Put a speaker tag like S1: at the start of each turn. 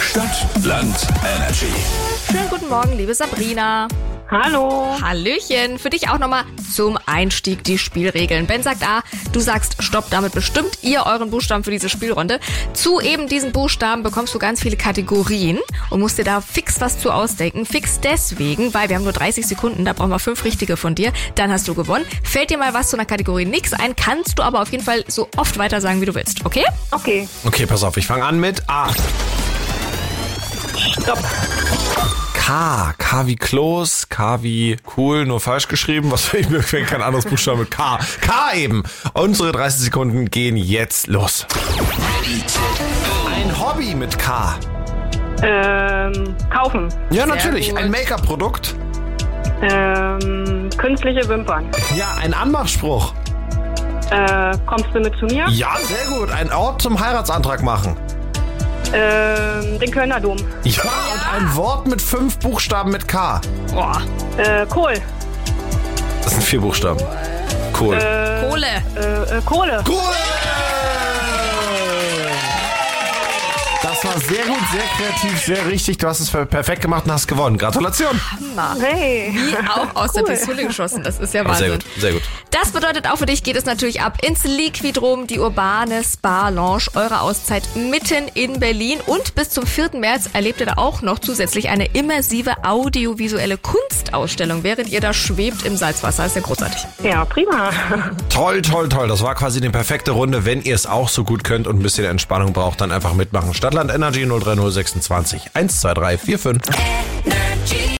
S1: Stadt, Land, Energy.
S2: Schönen guten Morgen, liebe Sabrina.
S3: Hallo.
S2: Hallöchen. Für dich auch nochmal zum Einstieg die Spielregeln. Ben sagt A, du sagst Stopp. Damit bestimmt ihr euren Buchstaben für diese Spielrunde. Zu eben diesen Buchstaben bekommst du ganz viele Kategorien und musst dir da fix was zu ausdenken. Fix deswegen, weil wir haben nur 30 Sekunden, da brauchen wir fünf richtige von dir. Dann hast du gewonnen. Fällt dir mal was zu einer Kategorie nix ein, kannst du aber auf jeden Fall so oft weiter sagen, wie du willst. Okay?
S3: Okay,
S4: Okay, pass auf, ich fange an mit A.
S3: stopp.
S4: K. K wie Klos, K wie cool, nur falsch geschrieben. Was für mir fällt kein anderes Buchstabe mit K. K eben. Unsere 30 Sekunden gehen jetzt los. Ein Hobby mit K.
S3: Ähm, kaufen.
S4: Ja, natürlich.
S2: gut.
S4: Ein Make-up-Produkt.
S3: Ähm, künstliche Wimpern.
S4: Ja, ein Anmachspruch.
S3: Äh, kommst du mit zu mir?
S4: Ja, sehr gut. Ein Ort zum Heiratsantrag machen.
S3: Ähm, den Kölner Dom.
S4: Ja, und ein Wort mit fünf Buchstaben mit K.
S2: Boah.
S3: Äh, Kohl.
S4: Das sind vier Buchstaben. Cool.
S3: Äh,
S2: Kohle.
S3: äh, äh, Kohle.
S4: Cool! Das war sehr gut, sehr kreativ, sehr richtig. Du hast es perfekt gemacht und hast gewonnen. Gratulation.
S2: Ah, Äh,
S3: Hey.
S2: Wie auch aus der
S3: Cool.
S2: Pistole geschossen. Das ist ja Wahnsinn.
S4: sehr gut.
S2: Das bedeutet, auch für dich geht es natürlich ab ins Liquidrom, die urbane Spa-Lounge, eure Auszeit mitten in Berlin. Und bis zum 4. März erlebt ihr da auch noch zusätzlich eine immersive audiovisuelle Kunstausstellung, während ihr da schwebt im Salzwasser. Ist ja großartig.
S3: Ja, prima.
S4: Toll, toll, toll. Das war quasi die perfekte Runde. Wenn ihr es auch so gut könnt und ein bisschen Entspannung braucht, dann einfach mitmachen. Stadtland Energy 03026 12345.
S5: Energy.